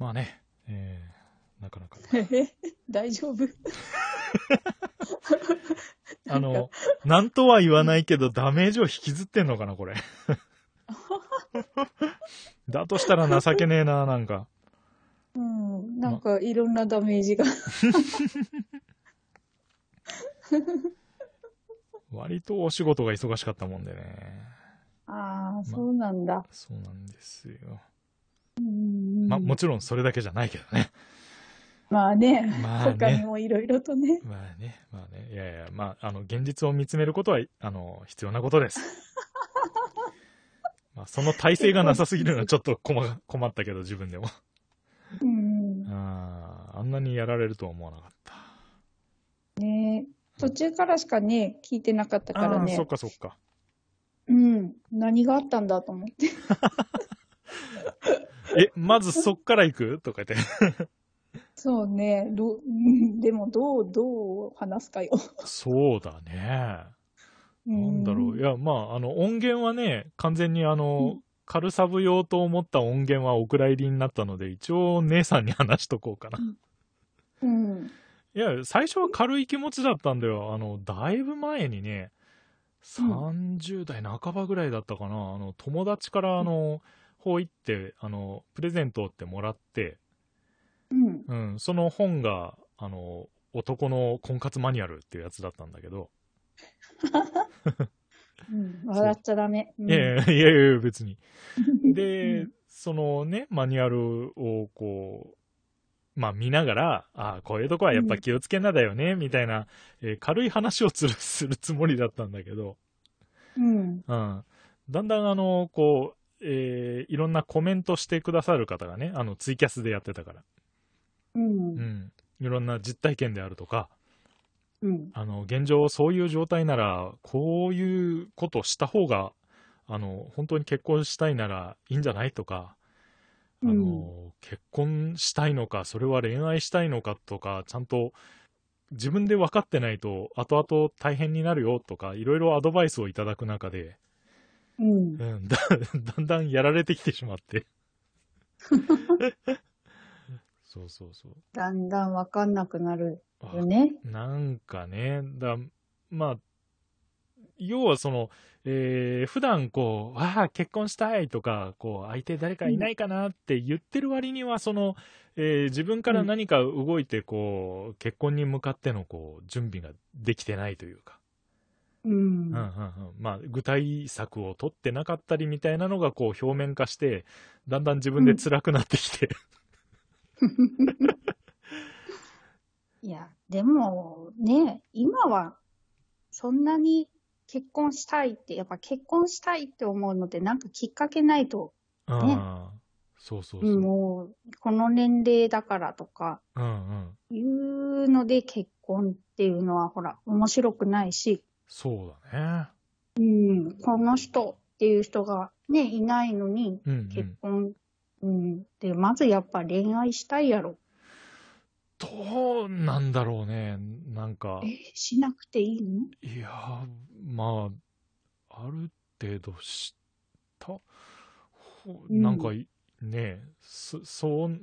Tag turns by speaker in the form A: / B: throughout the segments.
A: あね、えー、なかなか。
B: え 大丈夫
A: あの、なんとは言わないけど、ダメージを引きずってんのかな、 これ。だとしたら情けねえな、なんか。
B: うん、なんかいろんなダメージが。
A: 割とお仕事が忙しかったもんでね。
B: ああ、そうなんだ。
A: そうなんですよ。
B: うん
A: まあ、もちろんそれだけじゃないけどね。
B: まあね、
A: まあね
B: 他にもいろいろとね。
A: まあね、まあね。いやいや、まあ、あの、現実を見つめることは、あの、必要なこと です。まあ、その体制がなさすぎるのはちょっと困困ったけど、自分でも。
B: うん、
A: あーあんなにやられるとは思わなかった。
B: ね途中からしかね、聞いてなかったか
A: あ
B: ら
A: あー、そっ
B: ね。
A: かそっか。
B: うん、何があったんだと思って。
A: え、まずそっから行くとか言って。
B: そうね、どう うんでもどう、どう話すかよ。
A: そうだね。
B: う
A: なんだろう。いや、まあ、あの、音源はね、完全にあの、
B: う
A: 軽サブ用と思った音源はお蔵入りになったので、一応姉さんに話しとこうかな。
B: うん。
A: いや、最初は軽い気持ちだったんだよ。あの、だいぶ前にね、
B: うん
A: 30代半ばぐらいだったかな。あの、友達からあの、ほいって、あの、プレゼントってもらって、
B: うん。
A: うん、その本が、あの、男の婚活マニュアルっていうやつだったんだけど、
B: うん、笑っちゃダメ。うん
A: いやいやいやいや、別 に。で、そのね、マニュアルをこう、まあ見ながら、ああ、こういうとこはやっぱ気をつけなだよね、みたいな、えー軽い話をする するつもりだったんだけど、
B: うん。
A: うん。だんだんあの、こう、えーいろんなコメントしてくださる方がね、あの、ツイキャスでやってたから、
B: うん。う。
A: うんん。いろんな実体験であるとか、
B: うん。
A: あの、現状そういう状態なら、こういうことした方が、あの、本当に結婚したいならいいんじゃないとか、あの、結婚したいのか、それは恋愛したいのかとか、ちゃんと自分で分かってないと、後々大変になるよとか、いろいろアドバイスをいただく中で、
B: うん。
A: うん、だ だんだんやられてきてしまって。そうそうそう。
B: だんだんわかんなくなる
A: あ
B: よね。
A: なんかね、だまあ、要はその、えー普段こう、ああ、結婚したいとか、こう、相手誰かいないかなって言ってる割には、その、えー自分から何か動いて、こう、結婚に向かっての、こう、準備ができてないというか、
B: うん。
A: うんうんうん、まあ、具体策を取ってなかったりみたいなのが、こう、表面化して、だんだん自分で辛くなってきて、
B: いや、でもね、今はそんなに結婚したいって、やっぱ結婚したいって思うのってなんかきっかけないと、
A: ああそうそうそう。うん
B: もうこの年齢だからとか
A: うん。
B: いうので結婚っていうのはほら面白くないし、
A: そうだね。
B: うん、この人っていう人がね、いないのに
A: うん、う
B: 結
A: ん。
B: 婚、うん、で、まずやっぱ恋愛したいやろ。
A: どうなんだろうね。なんか、
B: え、しなくていいの
A: いやー、まあ、ある程度した、ほ
B: うん
A: なんかい、ねえ、そ、そう、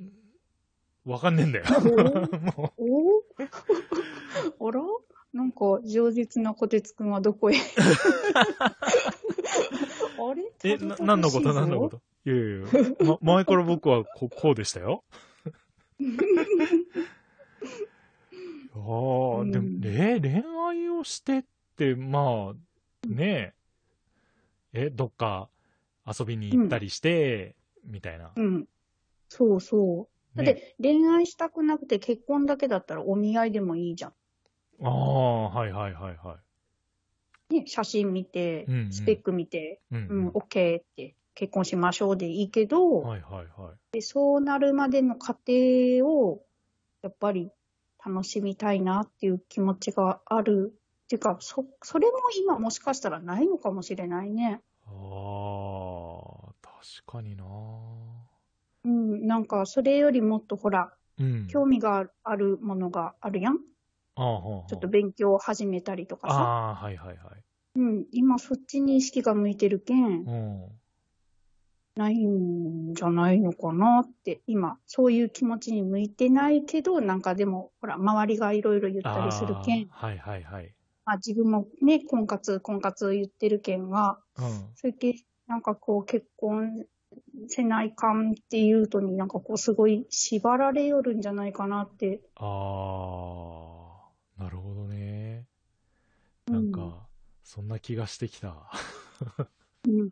A: わかんねえんだ よ。も
B: おあらなんか、饒舌なこてつくんはど こへあれ
A: うえ、な、何のこと何のこといやいやいや、ま、前から僕はここうでしたよ。ああ、で
B: う
A: も、
B: ん
A: れ恋愛をしてって、まあ、ねえ、え、どっか遊びに行ったりして、みたいな。
B: うん。そうそう。だっ
A: ね
B: て、恋愛したくなくて結婚だけだったらお見合いでもいいじゃん。
A: ああ、はいはいはいは
B: ね、写真見て
A: うんう、ん
B: スペック見て、
A: い。うん
B: うん、
A: うん
B: OK って、結婚しましょうでいいけど、
A: はいはいはい。
B: でそうなるまでの過程を、やっぱり楽しみたいなっていう気持ちがある。っていうか、そ、それも今もしかしたらないのかもしれないね。
A: ああ、確かにな
B: うん、なんか、それよりもっとほら、
A: うん。
B: 興味があるものがあるやん。
A: ああ、はあ、
B: ちょっと勉強を始めたりとかさ。
A: ああ、はいはいはい。
B: うん、今そっちに意識が向いてるけん、
A: うん。
B: ないんじゃないのかなって、今、そういう気持ちに向いてないけど、なんかでも、ほら、周りがいろいろ言ったりするけん、
A: あーはいはいはい。
B: まあ自分もね、婚活、婚活言ってるけんが、
A: うん。
B: そういうけなんかこう結婚せないかんっていうとになんかこうすごい縛られよるんじゃないかなって。
A: あー、なるほどね。
B: う
A: なんか、、そんな気がしてきた。
B: うん。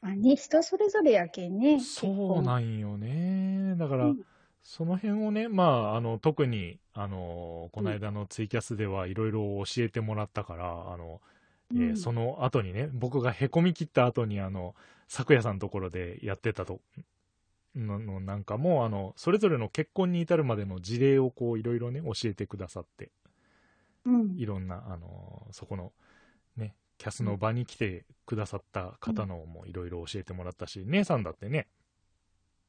B: まあね、人それぞれやけんね。
A: そうなんよね。だから、
B: うん
A: その辺をね、まあ、あの、特に、あの、この間のツイキャスではいろいろ教えてもらったから、あの、えー
B: うん
A: その後にね、僕がへこみ切った後に、あの、昨夜さんのところでやってたと、の、のなんかも、あの、それぞれの結婚に至るまでの事例をこう、いろいろね、教えてくださって、
B: うん。
A: いろんな、あの、そこの、ね、キャスの場に来てくださった方のもいろいろ教えてもらったし、姉さんだってね、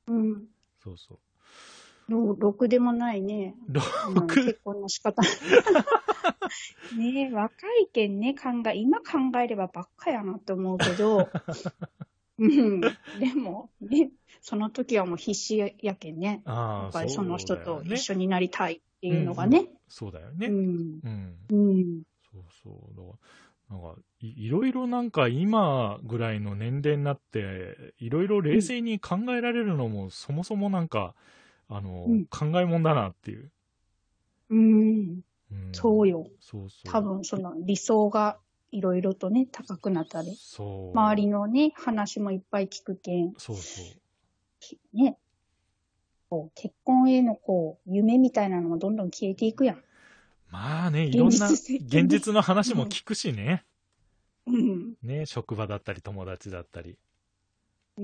B: うん。
A: そうそう。
B: ろろくでもないね。
A: ろ
B: うん
A: く
B: 結婚の仕方。 ねえ、若いけんね、考え、今考えればばっかやなって思うけ ど、うん、でも、ね、その時はもう必死やけんね。や
A: あ
B: っぱ
A: あ、
B: りその人
A: そうだよ
B: と
A: ね
B: 一緒になりたいっていうのがね。
A: そうだよ
B: う
A: ね。
B: ん。
A: うん。
B: うん。
A: そうそう。だから、なんかい、いろいろなんか今ぐらいの年齢になって、いろいろ冷静に考えられるのも、そもそもなんか、あの、
B: うん
A: 考えもんだなっていう。
B: うん。
A: うん
B: そうよ。
A: そうそう。
B: 多分、その理想がいろいろとね、高くなったり、
A: そう。
B: 周りのね、話もいっぱい聞くけん、
A: そうそう。
B: ね。こう結婚へのこう、夢みたいなのもどんどん消えていくやん。
A: まあね、いろんな、
B: 現実的に
A: 現実の話も聞くしね。
B: うん。
A: ね、職場だったり、友達だったり。
B: う。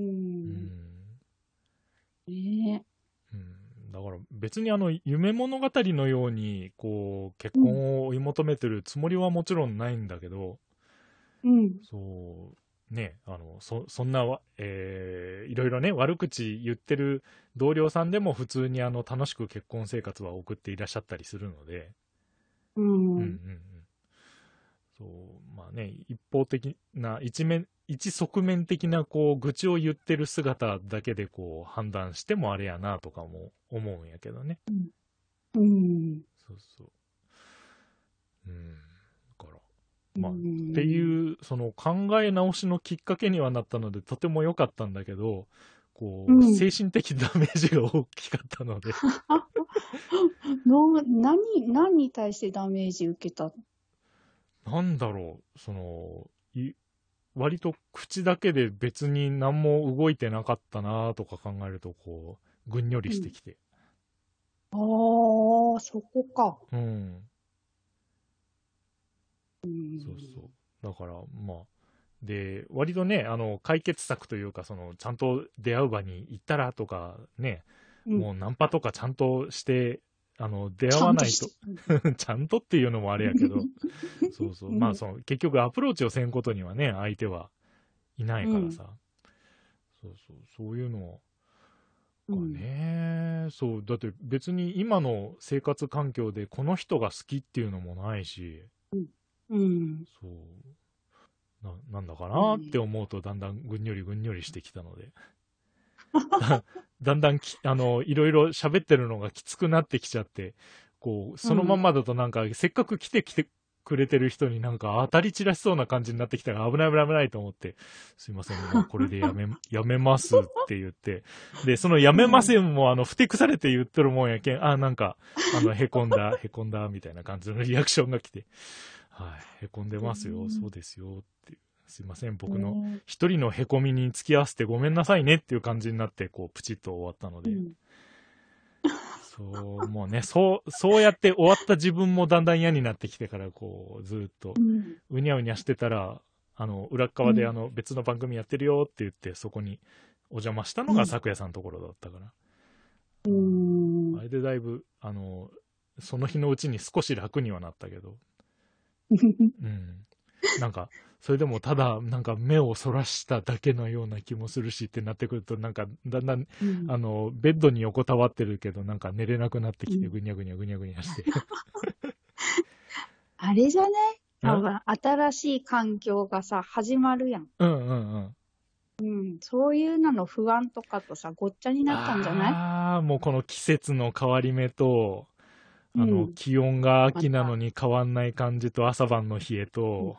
A: うんん。
B: ね
A: うんだから別にあの夢物語のようにこう結婚を追い求めてるつもりはもちろんないんだけど、
B: うん。
A: そうねあのそそんなわ、えーいろいろね悪口言ってる同僚さんでも普通にあの楽しく結婚生活は送っていらっしゃったりするので、
B: う。
A: うんうんんそうまあね一方的な一面一側面的なこう愚痴を言ってる姿だけでこう判断してもあれやなとかも思うんやけどね。
B: うん。
A: そうそう。うん。だから。ま
B: ま
A: あっ
B: あ、
A: て
B: うん。
A: いう、その考え直しのきっかけにはなったので、とても良かったんだけど、こう、
B: うん
A: 精神的ダメージが大きかった ので、
B: の何、何に対してダメージ受けた
A: なんだろう、その、い割と口だけで別に何も動いてなかったなとか考えると、こう、ぐんよりしてきて。
B: ああ、そこか。
A: うん
B: うん。
A: そうそう。だから、まあ、で、割とね、あの、解決策というか、その、ちゃんと出会う場に行ったらとか、ね、
B: うん
A: もうナンパとかちゃんとして、あの、出会わないと、
B: ちゃんして
A: ちゃんとっていうのもあれやけ ど、そうそう。
B: うん
A: まあ、その、結局アプローチをせんことにはね、相手はいないからさ。そうそう、そういうの
B: う
A: が
B: ん
A: ね、そう、だって別に今の生活環境でこの人が好きっていうのもないし、
B: うん。
A: そう。な、なんだかなって思うと、だんだんぐんよりぐんよりしてきたので。 だだんだんき、あの、いろいろ喋ってるのがきつくなってきちゃって、こう、そのまんまだとなんか、せっかく来てきてくれてる人になんか当たり散らしそうな感じになってきたから危ない危ない危ないと思って、すいません、もうこれでや め、やめますって言って、で、そのやめませんも、あの、ふてくされて言ってるもんやけん、あ、なんか、あの、へこんだ、 へこんだ、みたいな感じのリアクションが来て、はい、へこんでます
B: う
A: よ、
B: ん
A: そうですよ、っていう。すいません、僕の
B: ね
A: 一人のへこみに付き合わせてごめんなさいねっていう感じになって、こう、プチッと終わったの
B: う
A: で、
B: ん。
A: そう、もうね、そう、そうやって終わった自分もだんだん嫌になってきてから、こう、ずーっと
B: う、ん。
A: うにゃうにゃしてたら、あの、裏っ側
B: う
A: で
B: ん
A: あの、別の番組やってるよって言って、そこにお邪魔したのが
B: うん
A: 咲夜さんのところだったから。
B: うん
A: あれでだいぶ、あの、その日のうちに少し楽にはなったけど、うん。なんか、それでもただ、なんか目をそらしただけのような気もするしってなってくると、なんか、だんだん、
B: うん
A: あの、ベッドに横たわってるけど、なんか寝れなくなってきて、
B: うん
A: ぐにゃぐにゃぐにゃぐにゃして。
B: あれじゃないまあほら、新しい環境がさ、始まるやん。
A: うんうんうん。
B: うん。そういうのの不安とかとさ、ごっちゃになったんじゃない
A: ああ、もうこの季節の変わり目と、あの、
B: うん
A: 気温が秋なのに変わんない感じと、朝晩の冷えと、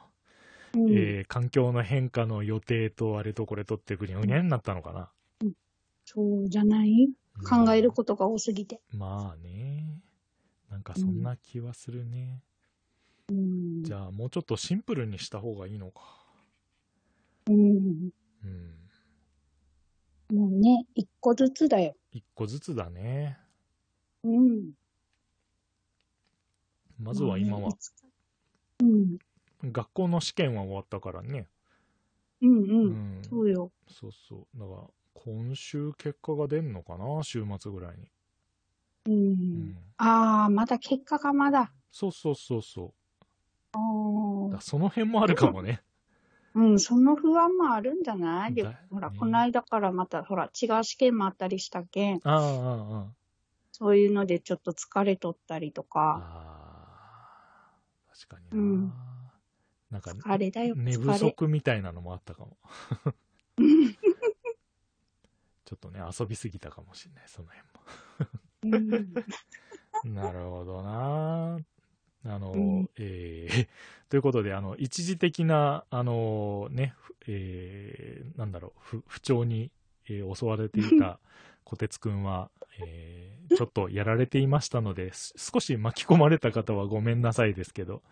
B: うん。
A: えー環境の変化の予定と、あれとこれとって、ぐにゃぐにゃになったのかな。
B: そうじゃない考えることが多すぎて。
A: まあね。なんかそんな気はするね。
B: うん。
A: じゃあもうちょっとシンプルにした方がいいのか。
B: うん。
A: うん。
B: もうね、一個ずつだよ。
A: 一個ずつだね。
B: うん。
A: まずは今
B: まあ
A: は
B: ね。い。つかうん。
A: 学校の試験は終わったからね。
B: うん
A: う
B: うん。
A: ん。
B: そうよ。
A: そうそう。だから、今週結果が出んのかな週末ぐらいに。
B: う。
A: うん
B: ああ、まだ結果がまだ。
A: そうそうそうそう。
B: あ
A: だか
B: ー
A: らその辺もあるかもね。
B: うん、その不安もあるんじゃないで
A: だ、
B: ほら、
A: ね
B: この間からまた、ほら、違う試験もあったりしたけん、
A: ああ、ああ、
B: そういうのでちょっと疲れとったりと
A: あ
B: か、
A: あ。あー確かにな。
B: うん
A: なんか、
B: 疲れだよ、
A: 寝
B: 疲
A: 不
B: れ。
A: 足みたいなのもあったか も。ちょっとね、遊びすぎたかもしれない、その
B: うん
A: 辺も。なるほどなあの、
B: うん
A: えー ということで、あの、一時的な、あのね、ふえーなんだろう、不不調に、えー襲われてい た小鉄くんは、えーちょっとやられていましたので、す少し巻き込まれた方はごめんなさいですけど、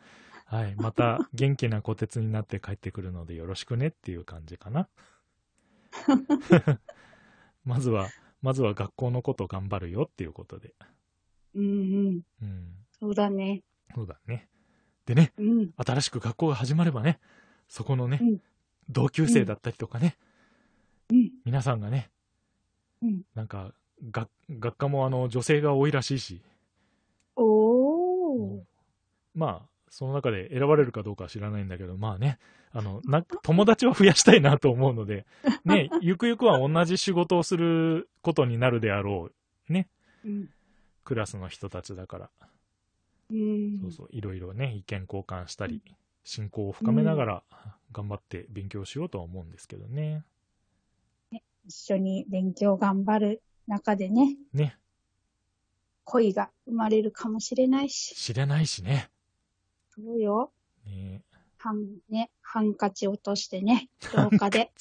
A: はい、また元気な小鉄になって帰ってくるのでよろしくねっていう感じか な。 まずは、まずは学校のこと頑張るよっていうことで。
B: うんうん、
A: うん。
B: そうだね。
A: そうだね。でね、
B: うん、
A: 新しく学校が始まればね、そこのね、
B: うん
A: 同級生だったりとかね、
B: うん、
A: 皆さんがね、
B: うん。
A: なんか、が学科もあの女性が多いらしいし、
B: おー、
A: まあ、その中で選ばれるかどうかは知らないんだけど、まあね、あの、な、友達は増やしたいなと思うので、 ね、ゆくゆくは同じ仕事をすることになるであろう、ね、
B: うん、
A: クラスの人たちだから、
B: うん、
A: そうそう、いろいろね、意見交換したり、進行を深めながら、頑張って勉強しようとは思うんですけどね。
B: 一緒に勉強頑張る中でね、
A: ね、
B: 恋が生まれるかもしれないし、
A: 知れないしね。
B: そうよ。
A: ね
B: ハン、ね、ハンカチ落としてね、廊下で。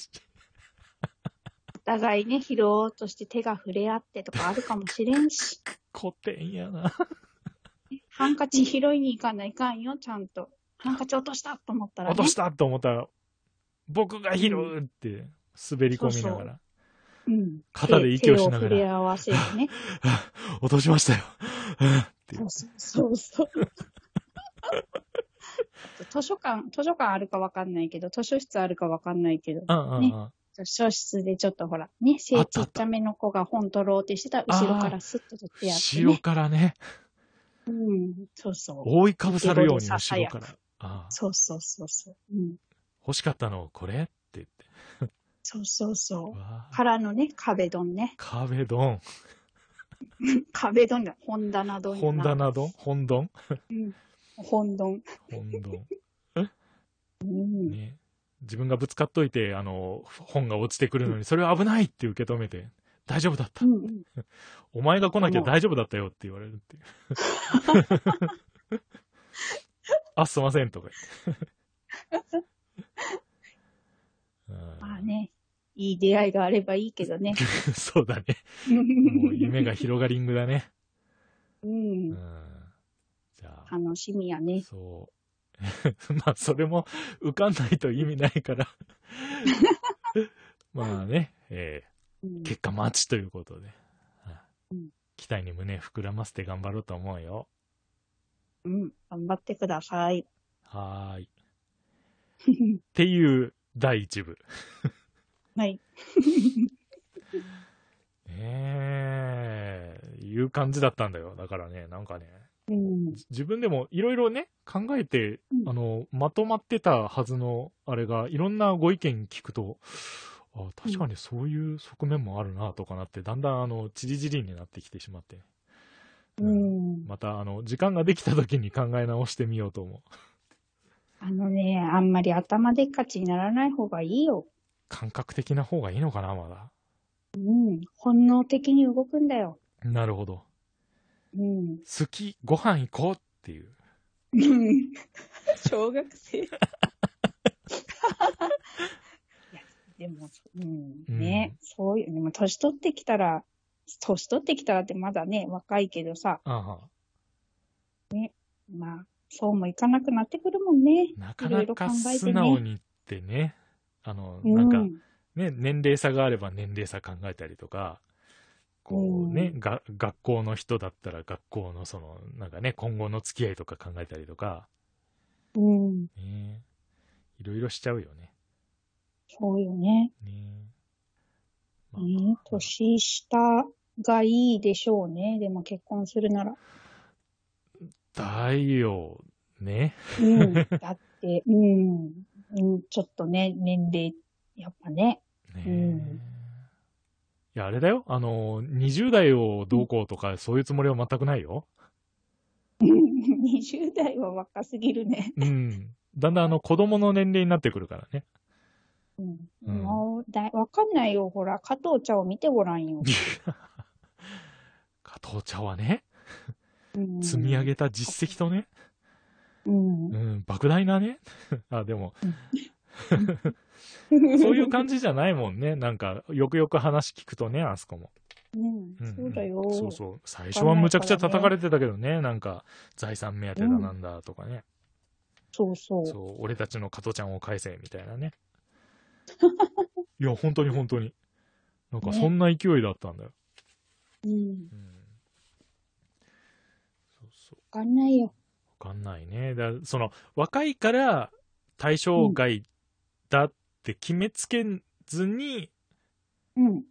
B: お互いね、拾おうとして手が触れ合ってとかあるかもしれんし、
A: 古典やな。
B: ハンカチ拾いに行かないかんよ、ちゃんと。ハンカチ落としたと思ったら、ね。
A: 落としたと思ったら、僕が拾うって、滑り込みながら。
B: そうそううん。
A: 肩で息をしながら
B: 手手を触れ合わせるね。
A: 落としましたよ。
B: そうそうそうそう。 あと図書館、図書館あるかわかんないけど、図書室あるかわかんないけど、
A: うんうんうん。
B: 図書室でちょっとほら、ね、
A: あ
B: 背
A: った
B: ち
A: あった
B: っちゃめの子が本取ろうってしてたら、後ろからスッと取ってやって、
A: 後ろ
B: ね。
A: からね、
B: うん、そうそう。
A: 覆いかぶさるように
B: イケボの
A: 後
B: さ
A: ろから。ああ、
B: そうそうそうそう。うん。
A: 欲しかったのこれって言って。
B: そうそうそう。
A: わあ
B: からのね、壁ドンね。
A: 壁ドン、
B: 壁ドンだ。本棚ドンや
A: 本
B: な。
A: 棚ドン、本ドン、
B: 本ドン。
A: 本ド
B: うん。
A: ン。ね。自分がぶつかっといて、あの、本が落ちてくるのに、それは危ないって受け止めて、大丈夫だった
B: う。んうん。
A: お前が来なきゃ
B: もう
A: 大丈夫だったよって言われるっていう。 あ、すいませんとか 言って。
B: まあね、いい出会いがあればいいけどね。
A: うん そうだね。も
B: も
A: う夢が広がりんぐだね。
B: う。
A: うんん。じゃあ、
B: 楽しみやね。
A: そう。 まあ、それも受かんないと意味ない から。まあね、え
B: うん
A: ー結果待ちということで。はい
B: うん
A: 期待に胸膨らませて頑張ろうと思うよ。
B: うん。頑張ってください。
A: はー い。っていう第一部。
B: はい。
A: ええいう感じだったんだよ。だからね、なんかね、
B: うん。
A: じ自分でもいろいろね、考えて、
B: うん
A: あの、まとまってたはずの、あれが、いろんなご意見聞くと、あ確かにそういう側面もあるな、とかなって、だんだん、あの、ちりじりになってきてしまって。
B: うん。
A: また、あの、時間ができた時に考え直してみようと思う。
B: あのね、あんまり頭でっかちにならない方がいいよ。
A: 感覚的な方がいいのかな、まだ。
B: うん。本能的に動くんだよ。
A: なるほど。
B: うん。
A: 好き、ご飯行こうっていう。
B: うん小学生。いやでも、うん、ね、
A: うん
B: そういう、でも年取ってきたら、年取ってきたらってまだね、若いけどさ、
A: ああ
B: まあ、そうもいかなくなってくるもんね。
A: なかない
B: ろいろ考
A: か
B: えて
A: 素
B: ね
A: 直にってね、あの、
B: う
A: なんか
B: ん、
A: ね、年齢差があれば年齢差考えたりとか、こうね、
B: う
A: が学校の人だったら学校のその、なんかね、今後の付き合いとか考えたりとか、
B: うん、
A: ね、いろいろしちゃうよね。
B: そうよね。
A: ねまあ
B: ね、年下がいいでしょうね。でも結婚するなら。
A: だよ、ね。
B: うん、 だって、うん、うん、ちょっとね、年齢、やっぱね。
A: ね
B: うん
A: いや、あれだよ。あの、20代をどうこうとか、そういうつもりは全くないよ。
B: 20代は若すぎるね。
A: うん。だんだん、あの、子供の年齢になってくるから ね。
B: うん。
A: うん
B: もうだい、わかんないよ。ほら、加藤茶を見てごらんよ。
A: 加藤茶はね、
B: うん
A: 積み上げた実績とね、
B: うん
A: う。ん、莫大なね。 あ、でも、
B: そ う
A: そういう
B: 感
A: 感じじゃないもんね。なんか、よくよく話聞くとね、あそこも。
B: じ。う
A: ん
B: ん。
A: ん
B: そうだよ。
A: そうそう。最初はむちゃくちゃ叩かれてたけどね、なんか、財産目当てだ
B: うん
A: なんだとかね。
B: そうそう。
A: そう、俺たちの加トちゃんを返せ、みたいな ね。いや、本当に本当に。なんか、
B: ね
A: そんな勢いだったんだよ。
B: うん。
A: うん。そうそう。
B: わかんないよ。
A: わかんないね。だその、若いから対象外だって決めつけずにっ
B: うん。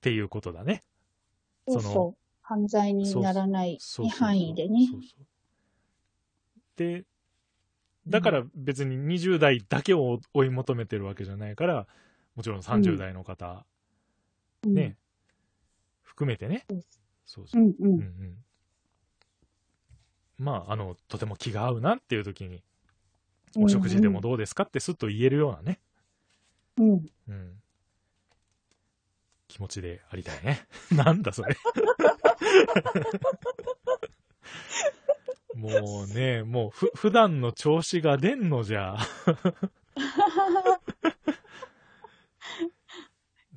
A: ていうことだね。
B: そう
A: その
B: そう。犯罪にならない
A: そうそうそう
B: 範囲でね
A: そ。うそうで、だから別に20代だけを追い求めてるわけじゃないから、もちろん30代の方、
B: うん
A: ね、含めてね。
B: そう
A: そうそう。
B: うんう。
A: うんうんん。まあ、あの、とても気が合うなっていう時に、お食事でもどうですかってすっと言えるようなね、
B: うん うん。
A: うん。気持ちでありたいね。 なんだそれ。もうね、もうふ、普段の調子が出んのじゃ。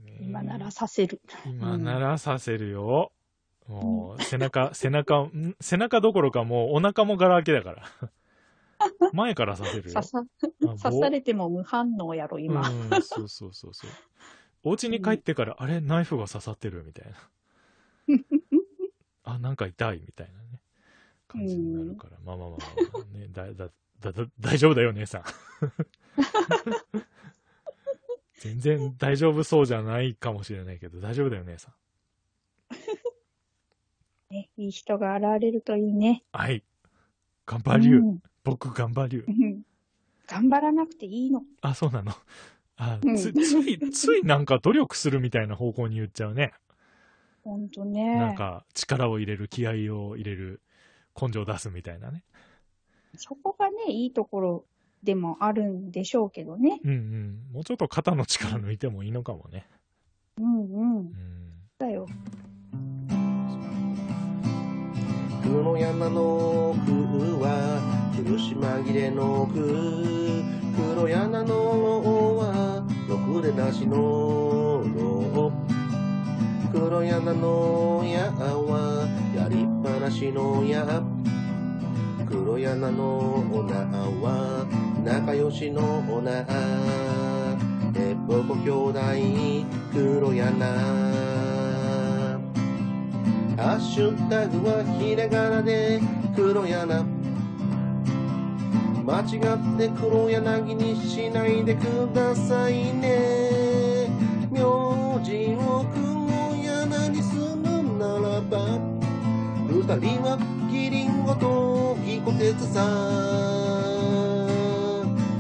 A: ねえ
B: 今ならさせる。
A: 今ならさせるよ。もう、背中、 背中、ん背中どころかもうお腹もガラ空きだから。 前からさせるよ
B: 刺。さ
A: あ
B: 刺されても無反応やろ、今。
A: うん、そうそうそうそう。お家に帰ってから、あれナイフが刺さってるみたいな。 あ、なんか痛いみたいなね。感じになるから。まあまあまあまあ、ね、だ、だ、だ、だ大丈夫だよ、姉 さん。全然大丈夫そうじゃないかもしれないけど、大丈夫だよ、姉さん。
B: ねいい人が現れるといいね。
A: はい。頑張りゅう。
B: うん
A: 僕頑張りゅう
B: う。ん 頑張らなくていいの。
A: あ、そうなの。あ
B: うん
A: つ、つい、ついなんか努力するみたいな方向に言っちゃうね。
B: ほんとね。
A: なんか力を入れる、気合を入れる、根性を出すみたいなね。
B: そこがね、いいところでもあるんでしょうけどね。
A: うんうん。もうちょっと肩の力抜いてもいいのかもね。
B: うんうん
A: う。ん。
B: だよ。
C: 雲の山の奥は苦し紛れの奥黒柳の王はろくでなしの王黒柳の矢はやりっぱなしの矢黒柳の女は仲良しの女鉄砲子兄弟黒柳ハッシュタグはひらがなで黒柳間違って黒柳にしないでくださいね名字を黒柳にするならば二人はキリンゴとギコテツさん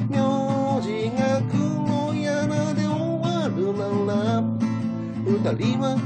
C: 名字が黒柳で終わるなら二人は